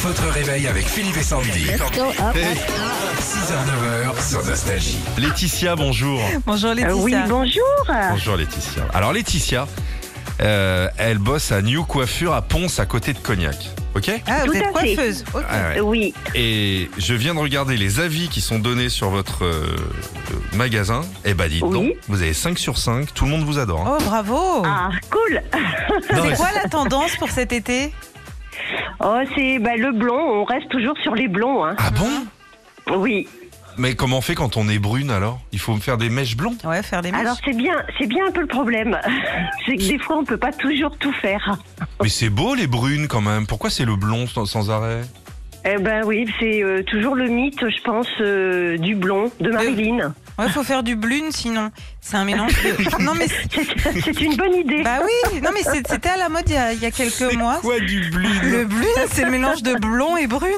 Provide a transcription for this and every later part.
votre réveil avec Philippe et Sandy. Let's go up. 6h, 9h sur Nostalgie. Laetitia, bonjour. Bonjour Euh, Laetitia. oui, bonjour. Ah. Bonjour Laetitia. Alors Laetitia, euh, elle bosse à New Coiffure à Ponce à côté de Cognac. Ok Ah, Tout vous êtes à fait. coiffeuse. Ok. Ah ouais. Euh, Oui, Et je viens de regarder les avis qui sont donnés sur votre euh, euh, magasin. Eh ben dites Oui. donc, vous avez 5 sur 5, tout le monde vous adore. hein. Oh, bravo. ah cool. Non, C'est mais- quoi la tendance pour cet été Oh, c'est bah, le blond, on reste toujours sur les blonds. Oh. Hein. Ah bon Oui, Mais comment on fait quand on est brune alors Il faut me faire des mèches blondes Ouais, faire des mèches. alors c'est bien, c'est bien un peu le problème. c'est que des fois, on peut pas toujours tout faire. Mais c'est beau les brunes quand même. Pourquoi c'est le blond sans, sans arrêt Eh ben oui, c'est euh, toujours le mythe, je pense, euh, du blond, de Marilyn. Ouais, faut faire du blune sinon. C'est un mélange de. Non mais c'est- C'est- C'est une bonne idée. bah oui, non mais c'est- c'était à la mode il y a, il y a quelques mois. Quoi du Le blune blune, c'est le mélange de blond et brune.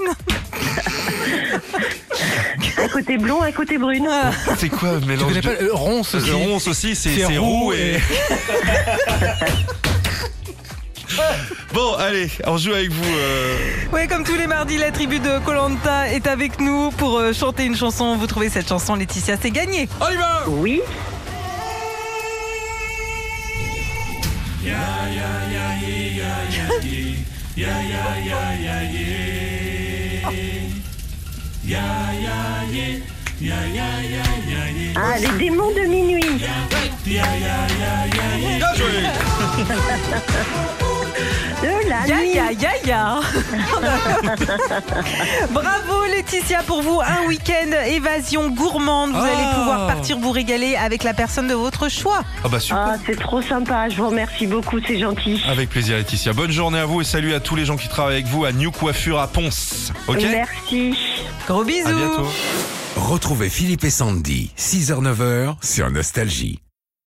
Un côté blond, un côté brune. C'est quoi le Tu mélange connais de... pas le ronce Le ronce aussi, c'est c'est roux et... Bon, allez, on joue avec vous. euh, Ouais, comme tous les mardis, la tribu de Colanta est avec nous pour euh, chanter une chanson. Vous trouvez cette chanson, Laetitia, c'est gagné. Oui. Ah, les démons de minuit. Bien joué De la Ya nuit. ya ya ya. hein. Bravo Laetitia pour vous un week-end évasion gourmande. Vous allez Ah. pouvoir partir vous régaler avec la personne de votre choix. Ah bah super Ah, c'est trop sympa. Je vous remercie beaucoup. C'est gentil. Avec plaisir Laetitia. Bonne journée à vous et salut à tous les gens qui travaillent avec vous à New Coiffure à Ponce. Ok Merci. Gros bisous. À bientôt. Retrouvez Philippe et Sandy, 6h, 9h sur Nostalgie.